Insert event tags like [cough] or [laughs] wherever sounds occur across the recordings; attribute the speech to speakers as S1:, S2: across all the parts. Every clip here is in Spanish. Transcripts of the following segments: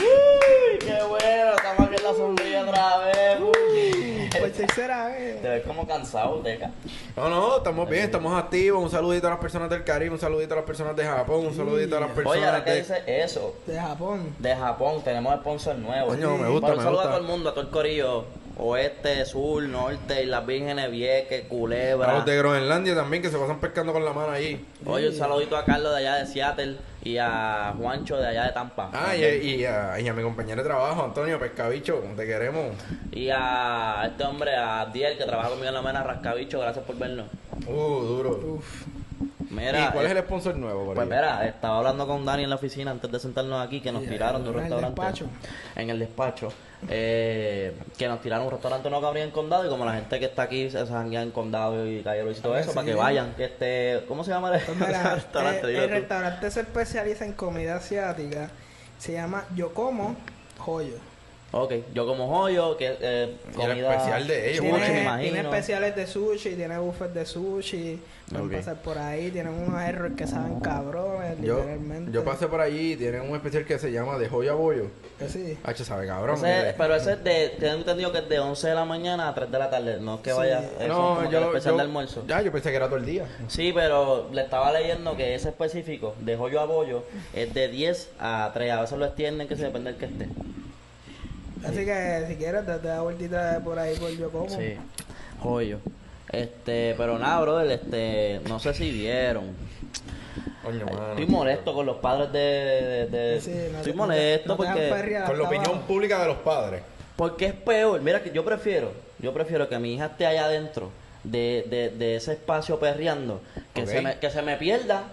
S1: Uy, qué bueno, estamos aquí en la sombrilla otra vez. Uy.
S2: Por tercera vez.
S1: Te ves como cansado, Teca.
S3: No, no, estamos bien, estamos activos. Un saludito a las personas del Caribe, un saludito a las personas de Japón, un saludito a las personas
S1: Oye, ahora que
S3: de...
S1: dices eso,
S2: De Japón.
S1: de Japón, tenemos sponsor nuevo.
S3: Coño, me gusta,
S1: Bueno,
S3: me
S1: saluda
S3: gusta.
S1: a todo el mundo, a todo el corillo. Oeste, sur, norte, y las vírgenes Vieques,
S3: A
S1: Culebra.
S3: los de Groenlandia también, que se pasan pescando con la mano ahí.
S1: Oye, un saludito a Carlos de allá de Seattle y a Juancho de allá de Tampa.
S3: Ah, y, y a, y a mi compañero de trabajo, Antonio Pescabicho, te queremos.
S1: Y a este hombre, a Diel, que trabaja conmigo en la mena Rascabicho, gracias por vernos.
S3: Uh, duro.
S1: [laughs]
S2: Uf.
S1: Mira,
S3: ¿Y cuál es
S1: eh,
S3: el sponsor nuevo? por
S1: pues
S3: ahí?
S1: mira, estaba hablando con Dani en la oficina antes de sentarnos aquí, que nos
S2: Ya,
S1: tiraron de un
S2: en el
S1: restaurante.
S2: despacho.
S1: En el despacho. eh, que nos tiraron un restaurante no que abría en condado y como la gente que está aquí se janguea en condado y calle Luis y todo
S2: Ah,
S1: eso,
S2: sí.
S1: para que vayan. Que este, ¿Cómo se llama el
S2: Pues mira,
S1: restaurante?
S2: el,
S1: Dilo
S2: el
S1: tú.
S2: restaurante se especializa en comida asiática. Se llama Yo Como Joyo.
S1: Ok, yo como joyo, que eh,
S3: Y el
S1: comida...
S3: especial de ellos,
S1: sushi, me
S2: Tiene,
S1: imagino.
S2: tiene especiales de sushi, tiene buffet de sushi. Pueden
S3: Ok.
S2: pasar por ahí. Tienen unos errores que saben cabrones,
S3: Yo,
S2: literalmente.
S3: yo pasé por allí y tienen un especial que se llama De Joya a Bollo.
S2: Que Eh, sí.
S3: H, sabe, cabrón.
S1: Ese-
S3: mire.
S1: pero ese es de, tengo entendido que es de 11 de la mañana a 3 de la tarde, no es que
S2: Sí.
S1: vaya, eso es como que el especial
S3: yo-
S1: de almuerzo.
S3: Ya, yo pensé que era todo el día.
S1: Sí, pero le estaba leyendo que ese específico, de joyo a bollo, es de 10 a 3, a veces lo extienden que se depende del que esté.
S2: Así que si quieres, date la vueltita por ahí por Yo Como.
S1: joyo. Este, pero nada, brother, este, no sé si vieron.
S3: Coño, mano.
S1: Estoy molesto con los padres de... de- de-
S2: Sí, no
S1: estoy
S2: te-
S1: molesto
S2: no te- no te
S1: porque...
S2: hagas perrear
S3: Con la
S2: hasta
S3: opinión
S2: abajo.
S3: pública de los padres.
S1: Porque es peor. Mira, que yo prefiero, yo prefiero que mi hija esté allá adentro de, de, de ese espacio perreando, que,
S3: Ok.
S1: se me, que se me pierda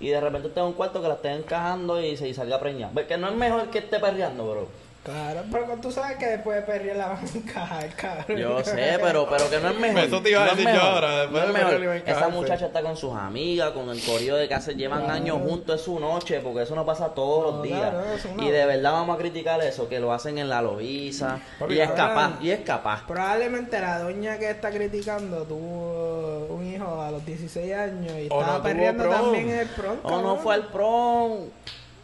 S1: y de repente tenga un cuarto que la esté encajando y, se, y salga preñada. Porque no es mejor que esté perreando, bro.
S2: Claro, pero tú sabes que después de perrear la [laughs] van a encajar, cabrón.
S3: [laughs]
S1: Yo sé, pero, pero que no es mejor.
S3: Eso te iba a
S1: No es
S3: decir yo
S1: mejor,
S3: ahora, después
S1: no es
S3: de
S1: mejor.
S3: perrear y encajarse.
S1: Esa muchacha está con sus amigas, con el corillo de casa, llevan años juntos, es su noche, porque eso no pasa todos los
S2: No,
S1: días.
S2: claro, eso no.
S1: Y de verdad vamos a criticar eso, que lo hacen en la lobiza.
S3: Papi,
S1: Y es
S2: cabrón.
S1: capaz, y es capaz.
S2: Probablemente la doña que está criticando tuvo un hijo a los 16 años y
S3: O
S2: estaba
S3: no tuvo
S2: perreando
S3: prom.
S2: también en el prom.
S1: No, no
S2: cabrón.
S1: fue al prom.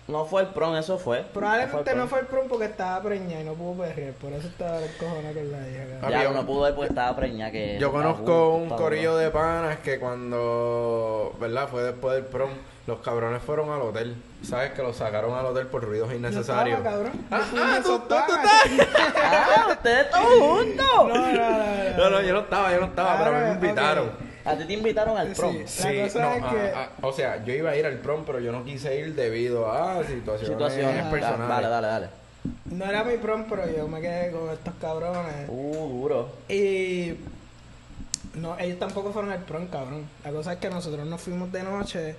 S1: No fue al prom, eso fue.
S2: Probablemente no
S1: al prom.
S2: fue el prom porque estaba preñada y no pudo perrear, por eso estaba el cojona con la hija. cabrón.
S3: Ah,
S1: Ya,
S3: Papi,
S1: no
S3: yo-
S1: pudo ir porque estaba preñada. Que
S3: Yo
S1: está
S3: conozco
S1: duro,
S3: un
S1: está
S3: corillo
S1: duro.
S3: de panas que cuando, ¿verdad? Fue después del prom, los cabrones fueron al hotel. ¿Sabes? Que los sacaron al hotel por ruidos
S2: Yo
S3: innecesarios.
S2: estaba, cabrón. Yo
S3: Ah,
S2: fui
S3: ah,
S2: en
S3: tú,
S2: esos
S3: tú, tú
S2: panas.
S3: estás.
S1: ¡Ah! ¡Ustedes todos juntos!
S2: [laughs] No, no, no,
S3: No, no, yo no estaba, yo no estaba, pero a mí me
S2: Claro, ok.
S3: invitaron.
S1: A ti te invitaron al prom.
S2: Sí. La cosa
S3: no,
S2: es
S3: ah,
S2: que-
S3: ah, o sea, yo iba a ir al prom, pero yo no quise ir debido a situaciones,
S1: Situaciones. ah,
S3: personales.
S1: Dale, dale, dale.
S2: No era mi prom, pero yo me quedé con estos cabrones.
S1: Uh, duro.
S2: Y Eh, no, ellos tampoco fueron al prom, cabrón. La cosa es que nosotros nos fuimos de noche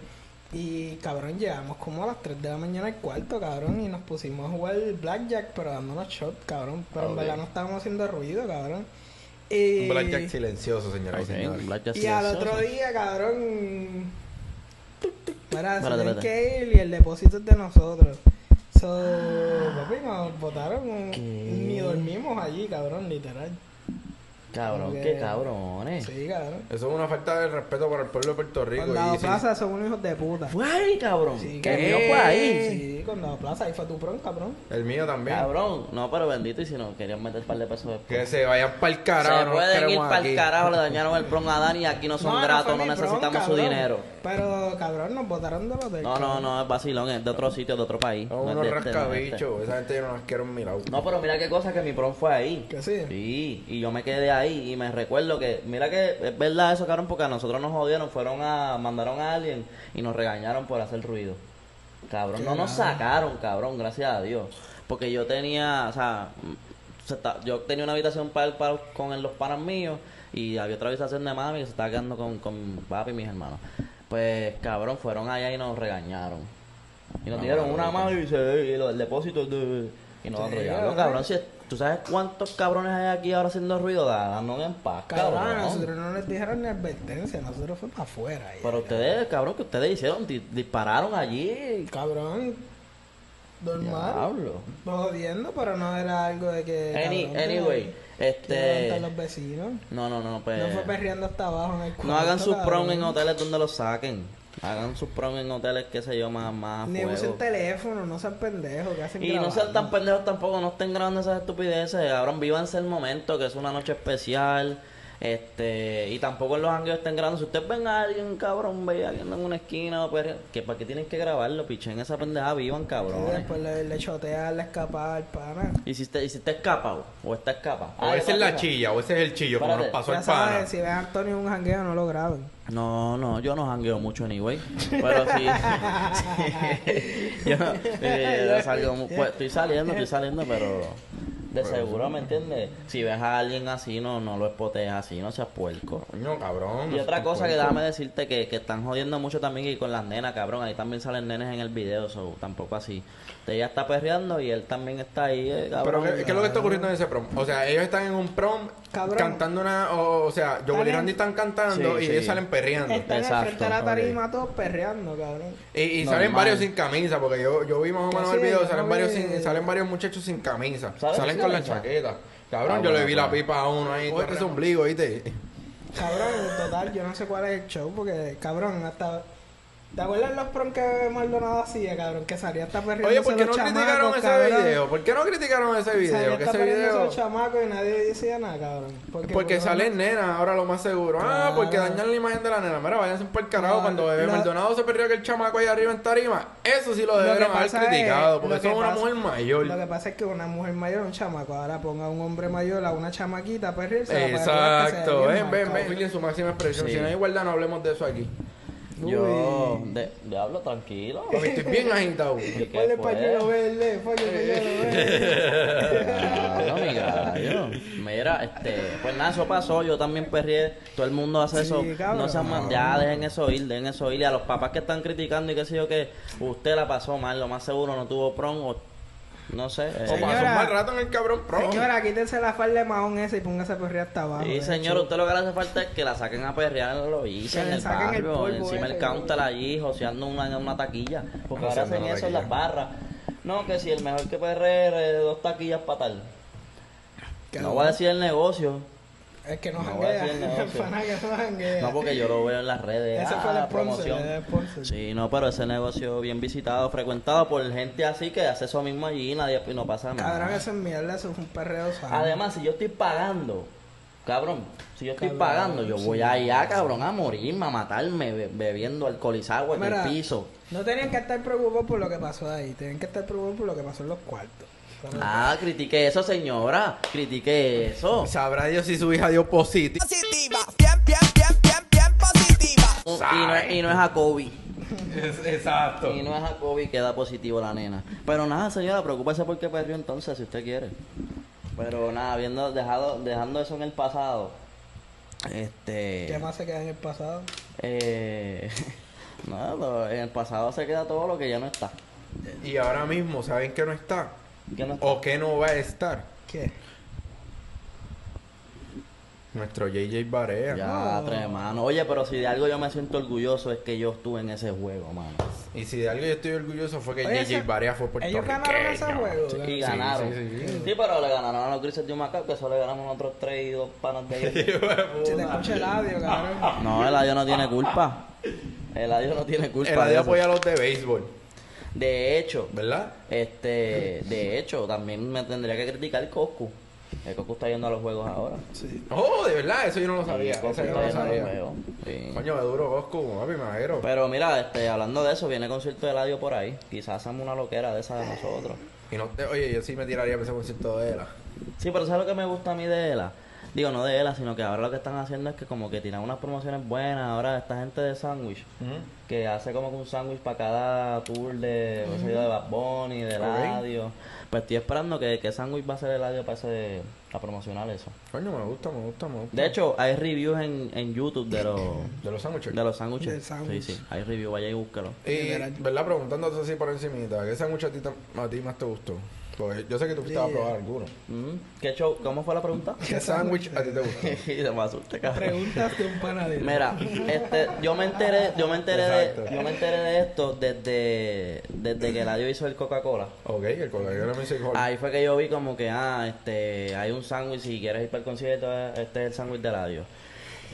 S2: y cabrón llegamos como a las 3 de la mañana al cuarto, cabrón, y nos pusimos a jugar blackjack, pero dándonos shots, cabrón. Pero
S1: Ok.
S2: en verdad no estábamos haciendo ruido, cabrón. Y,
S3: Un blackjack silencioso, señoras y señores.
S2: y al otro día, cabrón, mira, se
S1: Espérate,
S2: tienen
S1: espérate.
S2: que ir y el depósito es de nosotros. So, papi, nos botaron,
S1: ¿Qué?
S2: ni dormimos allí, cabrón, literal.
S1: Cabrón,
S2: Ok.
S1: qué cabrones.
S2: Sí, cabrón.
S3: Eso es una falta de respeto para el pueblo de Puerto Rico.
S2: Condado
S3: y sí,
S2: Plaza son unos hijos de puta.
S1: Fue ahí, cabrón.
S2: Sí,
S1: que
S2: cabrón.
S1: mío fue ahí.
S2: Sí, Condado Plaza, ahí fue tu prom, cabrón.
S3: El mío también.
S1: Cabrón. No, pero bendito, y si no, querían meter un par de pesos después.
S3: Que se vayan para el carajo.
S1: Se
S3: no los
S1: pueden ir
S3: queremos
S1: para el
S3: aquí.
S1: carajo, le dañaron el prom a Dani, aquí no son
S2: No, no
S1: gratos,
S2: fue
S1: no
S2: mi prom,
S1: necesitamos su
S2: cabrón.
S1: dinero.
S2: Pero, cabrón, nos botaron de los del
S1: No, no,
S2: cabrón.
S1: no, es vacilón, es de otro sitio, de otro país.
S3: Son
S1: no es
S3: unos
S1: de este, no es de este.
S3: rascabichos. Esa gente yo no las quiero en mi lado.
S1: No, pero mira qué cosa que mi prom fue ahí.
S2: Que sí.
S1: Sí, y yo me quedé ahí y me recuerdo que, mira que es verdad eso, cabrón, porque a nosotros nos jodieron, fueron a, mandaron a alguien y nos regañaron por hacer ruido. Cabrón, no nos sacaron, cabrón, gracias a Dios. Porque yo tenía, o sea, mm, se está- yo tenía una habitación para, para- con el- los panas míos y había otra habitación de mami que se estaba quedando con, con papi y mis hermanos. Pues, cabrón, fueron allá y nos regañaron. Y nos
S3: Ah,
S1: dieron
S3: bueno,
S1: una
S3: ok.
S1: mano y se y lo- el depósito de... Y nosotros,
S2: Sí,
S1: diablo,
S2: cabrón.
S1: cabrón, si es- tú sabes cuántos cabrones hay aquí ahora haciendo ruido, da, no en paz,
S2: Cabrón,
S1: cabrón.
S2: a nosotros no les dijeron ni advertencia, nosotros fuimos para afuera. ya.
S1: Pero ustedes, cabrón, que ustedes hicieron, Di- dispararon allí.
S2: Cabrón, normal.
S1: Diablo.
S2: Jodiendo, pero no era algo de que.
S1: Any-
S2: cabrón, que-
S1: anyway,
S2: que levantan
S1: este...
S2: los vecinos.
S1: No, no, no,
S2: No fue
S1: pues...
S2: perreando hasta abajo en el
S1: No hagan sus prom en
S2: otro.
S1: hoteles donde los saquen. Hagan sus prom en hoteles, qué sé yo, más, más
S2: Ni
S1: fuego.
S2: usen teléfono, no sean pendejos, que hacen
S1: Y no sean
S2: grabando.
S1: tan pendejos tampoco, no estén grabando esas estupideces. Cabrón, vívanse el momento, que es una noche especial. Este, y tampoco en los hangueos estén grabando. Si ustedes ven a alguien, cabrón, ve a alguien en una esquina, pues, que ¿para qué tienen que grabarlo? Pichen esa pendejada, vivan, cabrón.
S2: Y después le, le chotean, le escapar, pana.
S1: Y si te, y si te escapa, o, o está escapa.
S3: O
S1: Ah,
S3: esa es la
S1: otra cosa.
S3: chilla, o ese es el chillo, como nos
S1: Espérate,
S2: Ya
S3: pasó el pana.
S2: sabes, si ven a Antonio en un jangueo, no lo graben.
S1: No, no, yo no jangueo mucho anyway. Pero sí. sí, [laughs] yo no, eh, no salgo mu- pues, estoy saliendo, estoy saliendo, pero. De seguro, ¿me entiendes? Si ves a alguien así, no, no lo espotees así, no seas puerco.
S3: Coño, cabrón.
S1: Y otra cosa que déjame
S3: dame
S1: decirte que, que están jodiendo mucho también y con las nenas, cabrón. Ahí también salen nenes en el video, so, tampoco así. Ella está perreando y él también está ahí, eh,
S3: Pero,
S1: cabrón.
S3: ¿qué, qué es lo que está ocurriendo en ese prom? O sea, ellos están en un prom
S2: Cabrón.
S3: cantando una. O, o sea, yo y
S2: Salen-
S3: Randy están cantando
S1: Sí,
S3: y
S1: sí.
S3: ellos salen perreando.
S2: Están al frente
S1: Exacto,
S2: de la tarima todos perreando, cabrón.
S3: Y, y
S1: Normal.
S3: salen varios sin camisa, porque yo, yo vi más o
S2: Que
S3: menos
S2: sí,
S3: el video,
S2: yo
S3: salen
S2: no
S3: varios,
S2: vi-
S3: sin- salen varios muchachos sin camisa.
S1: ¿Sabes
S3: Salen
S1: sin
S3: con la
S1: camisa?
S3: chaqueta. Cabrón,
S1: Ah,
S3: yo
S1: bueno,
S3: le vi la
S1: bueno.
S3: pipa a uno ahí.
S2: Oye,
S3: Oye, es
S2: pero-
S3: ombligo, ¿viste?
S2: Cabrón, en total, yo no sé cuál es el show, porque, cabrón, hasta... ¿Te acuerdas los prom que Maldonado hacía, cabrón? Que salía hasta perreando
S3: Oye, ¿por qué no
S2: los chamacos,
S3: criticaron ese
S2: cabrón.
S3: video? ¿Por qué no criticaron ese
S2: Salía
S3: video? Que
S2: hasta
S3: ese
S2: perreándose
S3: video.
S2: los chamacos y nadie decía nada, cabrón. Porque,
S3: Porque
S2: por lo
S3: salen
S2: menos-
S3: nenas, ahora lo más seguro. Ah,
S2: Claro.
S3: porque dañan la imagen de la nena. Mira, váyanse por el carajo
S2: No,
S3: cuando bebé
S2: la-
S3: Maldonado se perdió que el chamaco ahí arriba en tarima. Eso sí lo
S2: Lo que
S3: deberían haber
S2: pasa es-
S3: criticado, porque
S2: lo
S3: eso
S2: que
S3: es una
S2: pasa-
S3: mujer mayor.
S2: Lo que pasa es que una mujer mayor, un chamaco, ahora ponga a un hombre mayor a una chamaquita a perrearse. la perrea que se
S3: Exacto,
S2: ve bien
S3: ven, ven,
S2: marcado.
S3: ven. en su máxima expresión.
S1: Sí.
S3: Si no hay igualdad, no hablemos de eso aquí.
S1: Yo.
S2: Uy.
S1: de- Diablo,
S3: [laughs]
S1: tranquilo.
S3: Porque estoy bien agitado.
S1: ¿Y qué
S2: Ponle
S1: fue?
S2: pañuelo verde, ponle pañuelo verde.
S1: Claro, mi gallo. Mira, este, pues nada, eso pasó, yo también perrié, todo el mundo hace
S2: Sí,
S1: eso,
S2: cabrón.
S1: no sean más, ya dejen eso ir, dejen eso ir, y a los papás que están criticando y qué sé yo que usted la pasó mal, lo más seguro no tuvo prom o no sé, eh,
S3: O pasó un
S2: Señora.
S3: mal rato en el cabrón pro.
S2: Señora, quítense la falda de mahón esa y póngase a perrear hasta abajo. eh.
S1: y
S2: de
S1: señor,
S2: hecho.
S1: usted lo que le hace falta es que la saquen a perrear en los hice,
S2: Que
S1: en
S2: le
S1: el
S2: saquen el
S1: barrio,
S2: polvo
S1: encima
S2: ese,
S1: el counter allí, joseando una, una taquilla, porque ahora
S3: Joseando
S1: hacen
S3: una
S1: eso en
S3: taquilla.
S1: las barras. No, que si el mejor que perrer, eh, dos taquillas para tal. No voy a decir el negocio,
S2: Es que no
S1: No voy a
S2: janguea.
S1: decir el
S2: [laughs]
S1: negocio.
S2: Pana que no janguea.
S1: No, porque yo lo veo en las redes.
S2: Ese
S1: ah,
S2: fue el
S1: la
S2: sponsor,
S1: promoción.
S2: el sponsor.
S1: Sí, no, pero ese negocio bien visitado, frecuentado por gente así que hace eso mismo allí y nadie y no pasa nada.
S2: Cabrón, eso es mierda, eso es un perreo sano.
S1: Además, si yo estoy pagando, cabrón, si yo estoy
S2: Cabrón,
S1: pagando, yo
S2: sí.
S1: voy allá, cabrón, a morirme, a matarme, be- bebiendo alcoholizado en
S2: Mira,
S1: pues, el piso.
S2: No tenían que estar preocupados por lo que pasó ahí, tenían que estar preocupados por lo que pasó en los cuartos.
S1: Ah, critique eso, señora. Critique eso.
S3: Sabrá Dios si su hija dio positivo.
S4: positiva, bien, bien, bien, bien, bien positiva.
S1: Y no, es- y no es a COVID.
S3: Exacto.
S1: Y no es a COVID que da positivo la nena. Pero nada, señora, preocúpese porque perdió entonces, si usted quiere. Pero nada, viendo, dejado, dejando eso en el pasado.
S2: ¿Qué
S1: Este.
S2: más se queda en el pasado?
S1: Eh, [laughs] no, lo- en el pasado se queda todo lo que ya no está.
S3: Y ahora mismo, ¿saben que no está?
S1: ¿Qué no está?
S3: ¿O que no va a estar?
S2: ¿Qué?
S3: Nuestro JJ Barea.
S1: Ya,
S2: no.
S1: tres manos. Oye, pero si de algo yo me siento orgulloso es que yo estuve en ese juego, mano.
S3: Y si de algo yo estoy orgulloso fue que
S2: Oye,
S3: JJ
S2: ese-
S3: Barea fue
S2: Ellos ganaron ese
S3: puertorriqueño.
S2: juego.
S1: Y
S2: cabrón.
S1: ganaron.
S3: sí, sí, sí.
S1: Sí, pero le ganaron a los grises de un macaco, que eso le ganamos nosotros tres y dos panos de ellos.
S2: Se te escucha el audio, cabrón.
S1: No, el adiós no tiene culpa. El adiós no tiene culpa.
S3: El
S1: de
S3: Adiós
S1: eso.
S3: apoya a los de béisbol,
S1: De hecho,
S3: ¿verdad?
S1: este, de hecho, también me tendría que criticar el Coscu. El Coscu está yendo a los juegos ahora.
S2: Sí.
S3: Oh, de verdad, eso yo no lo sabía.
S1: El Coscu
S3: Eso yo no
S1: está
S3: lo
S1: yendo a los
S3: sabía.
S1: juegos, sí.
S3: Coño, me duro Coscu, papi, me alegro.
S1: Pero mira, este, hablando de eso, viene concierto de Eladio por ahí. Quizás hacemos una loquera de esa de nosotros.
S3: Y no te- oye, yo sí me tiraría para ese concierto de ella.
S1: Sí, pero ¿sabes lo que me gusta a mí de ELA? Digo, no de ELA, sino que ahora lo que están haciendo es que como que tiran unas promociones buenas. Ahora esta gente de Sandwich, que hace como que un sándwich para cada tour de, qué sé yo, de Bad Bunny, de Eladio. Pues estoy esperando que, que sándwich va a ser Eladio para, ese, para promocionar eso.
S3: Coño, me gusta, me gusta, me gusta.
S1: De hecho, hay reviews en, en YouTube de los,
S3: de los sándwiches.
S1: de los sándwiches.
S2: Del sándwich.
S1: Sí, sí, hay reviews, vaya y búscalo.
S3: Y, ¿verdad? Preguntándote así por encimita, ¿qué sándwich a ti, tam- a ti más te gustó? Porque yo sé que tú fuiste a
S2: Yeah.
S3: probar alguno.
S1: Mm, ¿Qué show? ¿Cómo fue la pregunta? [laughs]
S3: ¿Qué sándwich a ti te gustó?
S1: Se me asusté, cabrón.
S2: Preguntas de un panadero.
S1: Mira, este, yo me enteré, yo me enteré
S3: Exacto.
S1: de, yo me enteré de esto desde, desde que Eladio hizo el Coca-Cola.
S3: ok, el colega me hizo el
S1: Ahí fue que yo vi como que, ah, este, hay un sándwich, si quieres ir para el concierto, eh, este es el sándwich de Eladio.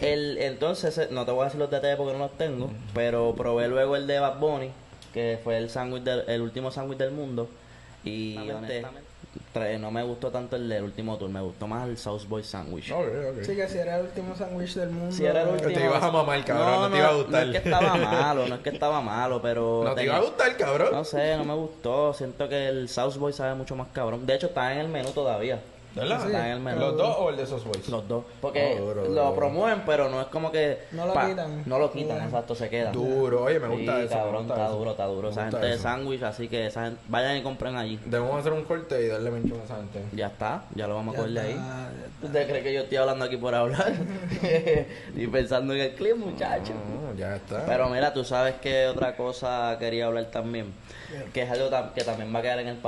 S1: El, entonces, eh, no te voy a decir los detalles porque no los tengo, pero probé luego el de Bad Bunny, que fue el sándwich del- el último sándwich del mundo. Y honestamente, tra- eh, no me gustó tanto el del último tour, me gustó más el South Boy Sandwich.
S3: Ok, ok.
S2: Sí, que si era el último sándwich del mundo.
S1: Si era el
S3: te
S1: último.
S3: ibas a mamar, cabrón, no te iba a gustar.
S1: No es que estaba malo, no es que estaba malo, pero.
S3: No te
S1: tenía-
S3: iba a gustar, cabrón.
S1: No sé, no me gustó. Siento que el South Boy sabe mucho más cabrón. De hecho, está en el menú todavía.
S3: ¿Verdad?
S1: Está en el menú.
S3: ¿Los dos o el de esos boys?
S1: Los dos. Porque
S3: Oh, duro,
S1: lo
S3: duro.
S1: promueven, pero no es como que.
S2: No lo quitan.
S1: No lo quitan,
S2: Duro.
S1: exacto, se queda.
S3: Duro, oye, me
S1: Sí,
S3: gusta eso. me
S1: cabrón,
S3: gusta
S1: está
S3: eso.
S1: duro, está duro.
S3: Me
S1: Esa
S3: gusta
S1: gente de
S3: eso.
S1: sándwich, así que esa gente- vayan y compren allí.
S3: Debemos hacer un corte y darle mención a esa gente.
S1: Ya está, ya lo vamos a
S2: Ya
S1: coger pues, de ahí.
S2: está, ya
S1: ¿Tú te crees que yo estoy hablando aquí por hablar? [laughs] y pensando en el clip, muchacho.
S3: No, Mm, ya está.
S1: Pero mira, tú sabes que otra cosa quería hablar también, que es algo tam- que también va a quedar en el pasado.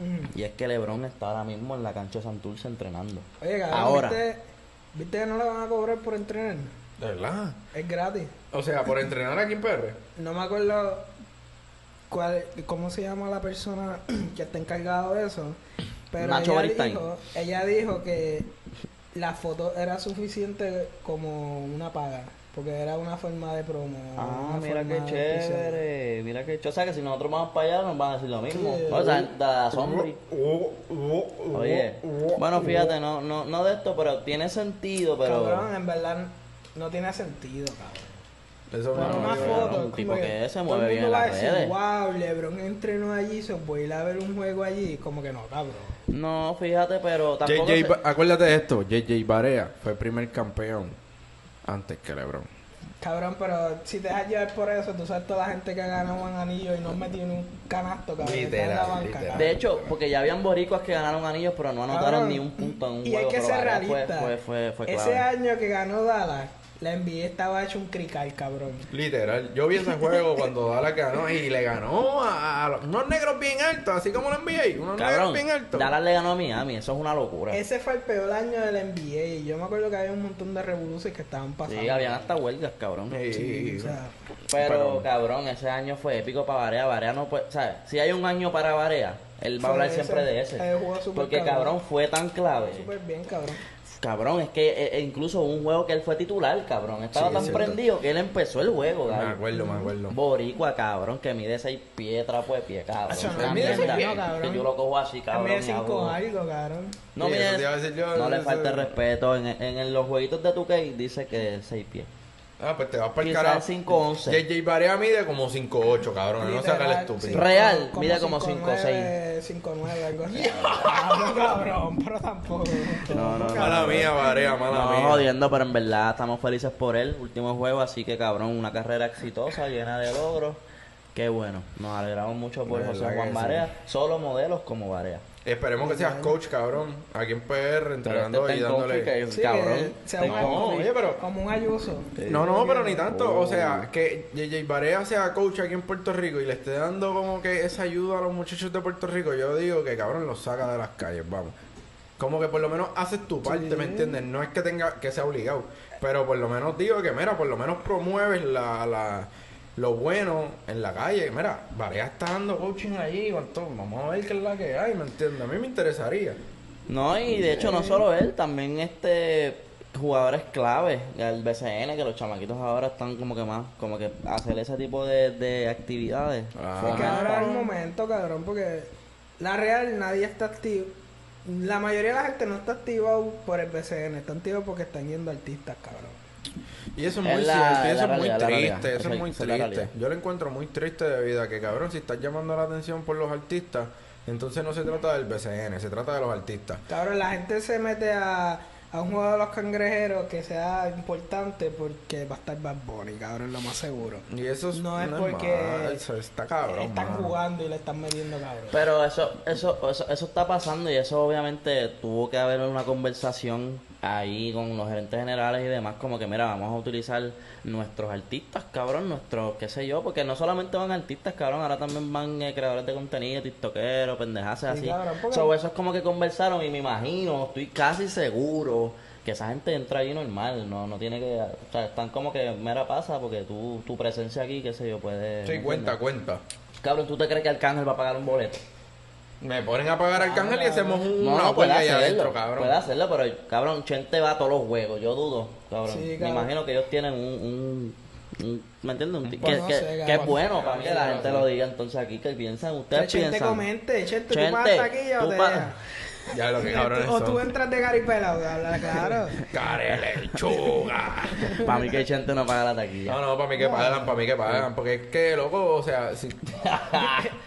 S2: Mm.
S1: Y es que LeBron está ahora mismo en la cancha de Santurce entrenando.
S2: Oye, este- cabrón,
S1: Ahora.
S2: ¿viste, ¿viste que no le van a cobrar por entrenar?
S3: ¿De verdad?
S2: Es gratis.
S3: O sea, por entrenar aquí en PR.
S2: No me acuerdo cuál, cómo se llama la persona [clears throat] que está encargada de eso. Pero
S1: Nacho
S2: ella,
S1: Beristain.
S2: dijo, ella dijo que la foto era suficiente como una paga. Porque era una forma de promo.
S1: Ah,
S2: una
S1: mira
S2: forma
S1: qué
S2: de
S1: chévere, mira qué chévere. O sea que si nosotros vamos para allá nos van a decir lo mismo.
S2: Sí.
S1: O sea, da sombra.
S3: Uh, uh, uh,
S1: Oye,
S3: uh, uh,
S1: bueno,
S3: uh.
S1: fíjate, no, no, no de esto, pero tiene sentido,
S2: expresión.
S1: pero...
S2: Cabrón, en verdad no tiene sentido, cabrón.
S3: Eso me
S2: Pero
S1: no,
S2: una
S1: no,
S2: foto.
S1: no, un
S2: es
S1: tipo
S2: como
S1: que se
S2: todo el
S1: mueve bien
S2: mundo
S1: en
S2: va a
S1: las
S2: decir,
S1: redes.
S2: Wow, LeBron entrenó allí, se puede ir a ver un juego allí. Como que no, cabrón.
S1: No, fíjate, pero tampoco...
S3: JJ,
S1: se-
S3: Ba- acuérdate de esto, JJ Barea fue el primer campeón antes que LeBron.
S2: Cabrón, pero si te dejas llevar por eso, tú sabes toda la gente que ha ganado un anillo y no han metido ni un canasto, cabrón. que está en la
S3: Literal,
S2: banca,
S3: literal.
S2: cabrón.
S1: De hecho, porque ya habían boricuas que ganaron anillos, pero no anotaron
S2: Cabrón,
S1: ni un punto en un
S2: y
S1: juego.
S2: hay que
S1: pero
S2: ser
S1: Barea fue-
S2: realista.
S1: Fue, fue, fue
S2: Ese
S1: clave.
S2: año que ganó Dallas, la NBA estaba hecho un crical, cabrón.
S3: Literal, yo vi ese juego [laughs] cuando Dallas ganó y le ganó a, a los- unos negros bien altos, así como lo NBA, unos negros
S1: Cabrón,
S3: bien altos.
S1: Dallas le ganó a Miami, eso es una locura.
S2: Ese fue el peor año de la NBA. y Yo me acuerdo que había un montón de revoluciones que estaban pasando.
S1: Sí, habían hasta huelgas, cabrón.
S3: Sí,
S2: Sí, o sea,
S1: Pero,
S3: Pero-
S1: cabrón, ese año fue épico para Varea. Varea no puede... ¿Sabes? Si hay un año para Varea, él va a
S2: Fue
S1: hablar
S2: ese.
S1: siempre de ese.
S2: Eh, jugó súper
S1: Porque,
S2: cabrón.
S1: cabrón, fue tan clave.
S2: súper bien, cabrón.
S1: Cabrón, es que eh, eh, incluso hubo un juego que él fue titular, cabrón. Estaba
S3: Sí,
S1: tan
S3: es cierto.
S1: prendido que él empezó el juego,
S3: me
S1: cabrón.
S3: acuerdo, me acuerdo.
S1: Boricua, cabrón, que mide 6 pies, trapo de pie, cabrón.
S2: Eso no
S1: Una
S2: mide seis
S1: mierda,
S2: pies, cabrón.
S1: Que yo lo cojo así,
S2: A mí
S1: cabrón.
S2: de
S1: y
S2: cinco
S1: hago-
S2: algo, cabrón.
S1: No,
S3: Sí, eso
S1: mide-
S3: te iba a decir yo,
S1: no le
S3: eso-
S1: falte respeto. En, en- en los jueguitos de 2K dice que 6 pies.
S3: Ah, pues te vas para el
S1: Quizás
S3: carajo.
S1: 5'11".
S3: JJ Barea mide como 5'8, cabrón, no se haga el
S2: Literal,
S3: estúpido.
S2: cinco-
S1: Real, mide como cinco,
S2: 5'9", 5'9", algo
S1: [laughs]
S2: así. Ah, No, cabrón, pero tampoco.
S1: No, no, no.
S3: Mala mía, Barea, mala
S1: No,
S3: mía.
S1: jodiendo, pero en verdad estamos felices por él. Último juego, así que cabrón, una carrera exitosa, llena de logros. Qué bueno, nos alegramos mucho por
S3: De
S1: José
S3: verdad
S1: Juan
S3: que sí.
S1: Barea. Solo modelos como Barea.
S3: Esperemos que seas coach, cabrón, aquí en PR,
S1: Pero
S3: entrenando
S1: este
S3: y
S1: está en
S3: dándole...
S1: confi, que,
S2: Sí,
S1: cabrón.
S2: que sea un
S1: está en
S3: No,
S2: Ayuso,
S3: oye, pero-
S2: Como un ayuso.
S3: No, no, pero ni tanto.
S1: Oh.
S3: O sea, que JJ Barea sea coach aquí en Puerto Rico y le esté dando como que esa ayuda a los muchachos de Puerto Rico, yo digo que cabrón los saca de las calles, vamos. Como que por lo menos haces tu parte, ¿me entiendes? No es que tenga que sea obligado, pero por lo menos digo que, mira, por lo menos promueves la, la- lo bueno en la calle. Mira, Barea está dando coaching allí, ¿cuánto? vamos a ver qué es la que hay, ¿me entiendes? A mí me interesaría.
S1: No, y de hecho no solo él, también este jugadores clave, el BCN, que los chamaquitos ahora están como que más, como que hacer ese tipo de, de actividades.
S3: Ah.
S2: Es que
S1: Fomentan.
S2: ahora es el momento, cabrón, porque la real nadie está activo. La mayoría de la gente no está activa por el BCN, está activa porque están yendo artistas, cabrón.
S3: Y eso es
S1: Es
S3: muy
S1: la-
S3: cierto, y
S1: es la
S3: eso es muy
S1: realidad, la realidad.
S3: triste, eso
S1: Esa-
S3: es muy
S1: esa es la
S3: triste.
S1: realidad.
S3: Yo lo encuentro muy triste de vida, que cabrón, si estás llamando la atención por los artistas, entonces no se trata del BCN, se trata de los artistas.
S2: Cabrón, la gente se mete a, a un juego de los cangrejeros que sea importante porque va a estar Bad Bunny, cabrón, lo más seguro.
S3: Y eso es-
S2: No es porque
S3: mal, eso está cabrón.
S2: están
S3: mano.
S2: jugando y le están metiendo, cabrón.
S1: Pero eso, eso, eso, eso está pasando y eso obviamente tuvo que haber una conversación ahí con los gerentes generales y demás, como que mira, vamos a utilizar nuestros artistas, cabrón, nuestros, qué sé yo, porque no solamente van artistas, cabrón, ahora también van eh, creadores de contenido, tiktokeros, pendejas
S2: Sí,
S1: así.
S2: cabrón, porque-
S1: So, eso es como que conversaron y me imagino, estoy casi seguro que esa gente entra ahí normal, no, no tiene que, o sea, están como que mera pasa porque tú, tu presencia aquí, qué sé yo, puede...
S3: Sí,
S1: ¿me
S3: cuenta,
S1: entiendes?
S3: cuenta.
S1: Cabrón, ¿tú te crees que Arcángel va a pagar un boleto?
S3: Me ponen a pagar al cángel y hacemos un,
S1: Ah, No,
S3: una
S1: no, puede
S3: huelga ahí
S1: hacerlo.
S3: adentro, cabrón.
S1: Puede hacerlo, pero cabrón, Chente va a todos los juegos, yo dudo, cabrón.
S2: Sí,
S1: Me
S2: cabrón.
S1: imagino que ellos tienen un, un- un- ¿me entiendes? Un,
S2: Pues
S1: que,
S2: no
S1: que-
S2: sé, cabrón.
S1: que es bueno para que la gente lo diga entonces aquí, que piensan,
S2: Que
S1: ustedes
S2: Chente
S1: piensan.
S2: comente, Chente,
S1: Chente,
S2: tú pagas aquí o
S1: tú
S2: te
S1: pa-
S2: dejas?
S3: Ya lo que cabrón
S2: O tú
S3: eso.
S2: entras de caripela, o habla claro.
S1: [laughs]
S3: lechuga!
S1: [laughs] Para mí que Chente no paga la taquilla.
S3: No, no, para mí que pagan, para mí que pagan. Porque es que, loco, o sea, si-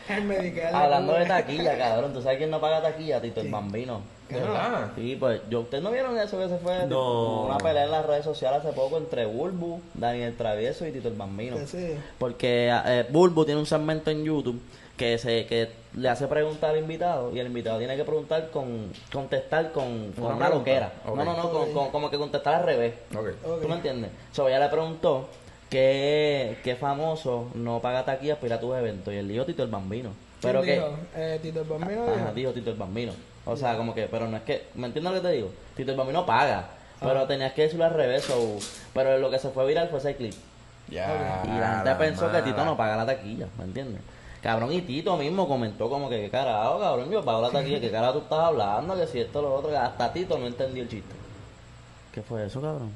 S2: El medical.
S1: [laughs] Hablando de taquilla, cabrón, ¿tú sabes quién no paga taquilla? Tito, el bambino.
S3: de verdad.
S1: Sí, pues, yo, ¿ustedes no vieron eso que se fue?
S3: No.
S1: Una pelea en las redes sociales hace poco entre Bulbu, Daniel Travieso y Tito el Bambino.
S2: Sí.
S1: Porque eh, Bulbo tiene un segmento en YouTube que se que le hace preguntar al invitado y el invitado tiene que preguntar con contestar con, con
S3: Una
S1: una,
S3: pregunta.
S1: loquera.
S3: Ok.
S1: No, no, no, con- con- como que contestar al revés.
S3: Ok.
S2: Ok.
S1: ¿Tú me entiendes? So, ella le preguntó qué, qué famoso no paga taquillas para ir a tus eventos y él dijo Tito el Bambino. Pero
S2: ¿Quién
S1: que
S2: dijo? Eh, Tito el Bambino
S1: Ajá,
S2: dijo.
S1: dijo Tito el Bambino. O sea, como que, pero no es que, ¿me entiendes lo que te digo? Tito el Bambino paga,
S2: Ah.
S1: pero tenías que decirlo al revés. so, pero lo que se fue viral fue ese clip.
S3: Ya.
S1: Y la gente pensó que Tito no
S3: mala.
S1: paga la taquilla, ¿me entiendes? Cabrón, y Tito mismo comentó como que, qué carajo, cabrón, yo pago la taquilla, qué carajo tú estás hablando, que si esto, lo otro, hasta Tito no entendió el chiste. ¿Qué fue eso, cabrón?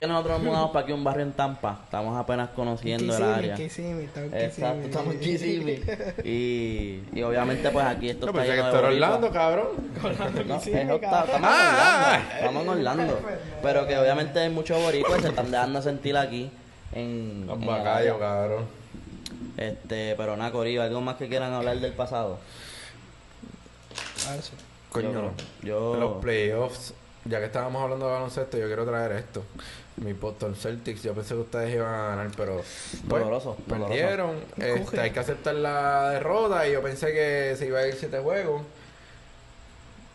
S1: Que Nosotros nos mudamos para aquí a un barrio en Tampa, estamos apenas conociendo el
S2: Kissimmee,
S1: área.
S2: Kissimmee, estamos en
S1: Exacto, estamos en
S2: Kissimmee.
S1: Kissimmee.
S2: [laughs]
S1: Y, y obviamente pues aquí esto está
S3: Yo pensé que
S1: lleno de
S3: esto era
S1: boricuas.
S3: Orlando, cabrón.
S1: No, es
S2: Kissimmee,
S1: octavo,
S2: cabrón.
S1: estamos en
S3: Ah,
S1: Orlando, estamos en Orlando. Pero que obviamente hay muchos boricuas y se están dejando sentir aquí en...
S3: Los
S1: en el
S3: bacallos,
S1: área.
S3: cabrón.
S1: Este, pero nada, Corillo, ¿algo más que quieran hablar del pasado?
S2: Ah, eso.
S3: Coño,
S1: Yo-
S3: de los playoffs, ya que estábamos hablando de baloncesto, yo quiero traer esto. Mi Boston Celtics, yo pensé que ustedes iban a ganar, pero pues,
S1: Doloroso, doloroso.
S3: perdieron. Este,
S2: Coge.
S3: hay que aceptar la derrota y yo pensé que se iba a ir siete juegos.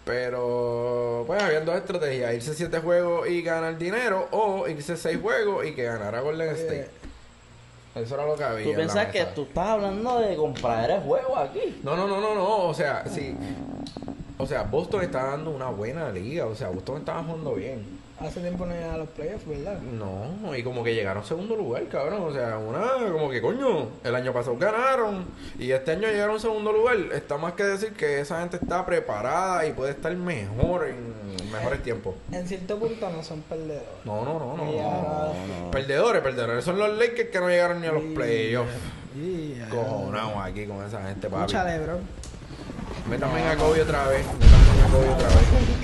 S3: Pero, pues, habían dos estrategias: irse siete juegos y ganar dinero, o irse seis juegos y que ganara Golden
S2: este,
S3: State. Eso era lo que había.
S1: ¿Tú
S3: en la
S1: piensas que
S3: mesa.
S1: tú estás hablando de comprar el juego aquí?
S3: No, no, no, no, no. O sea, sí. O sea, Boston está dando una buena liga. O sea, Boston estaba jugando bien.
S2: Hace tiempo no llegaba a los playoffs, ¿verdad?
S3: No, y como que llegaron a segundo lugar, cabrón. O sea, una, como que coño, el año pasado ganaron y este año llegaron a segundo lugar. Está más que decir que esa gente está preparada y puede estar mejor en mejores tiempos.
S2: En cierto punto no son perdedores.
S3: No, no, no, no.
S2: Ya.
S3: Perdedores, perdedores. Son los Lakers que no llegaron ni a los
S2: Sí.
S3: playoffs.
S2: Y ya.
S3: Cojonamos aquí con esa gente, papi.
S2: Escúchale, bro.
S3: Métame en a Kobe otra vez. Métame en a Kobe otra vez.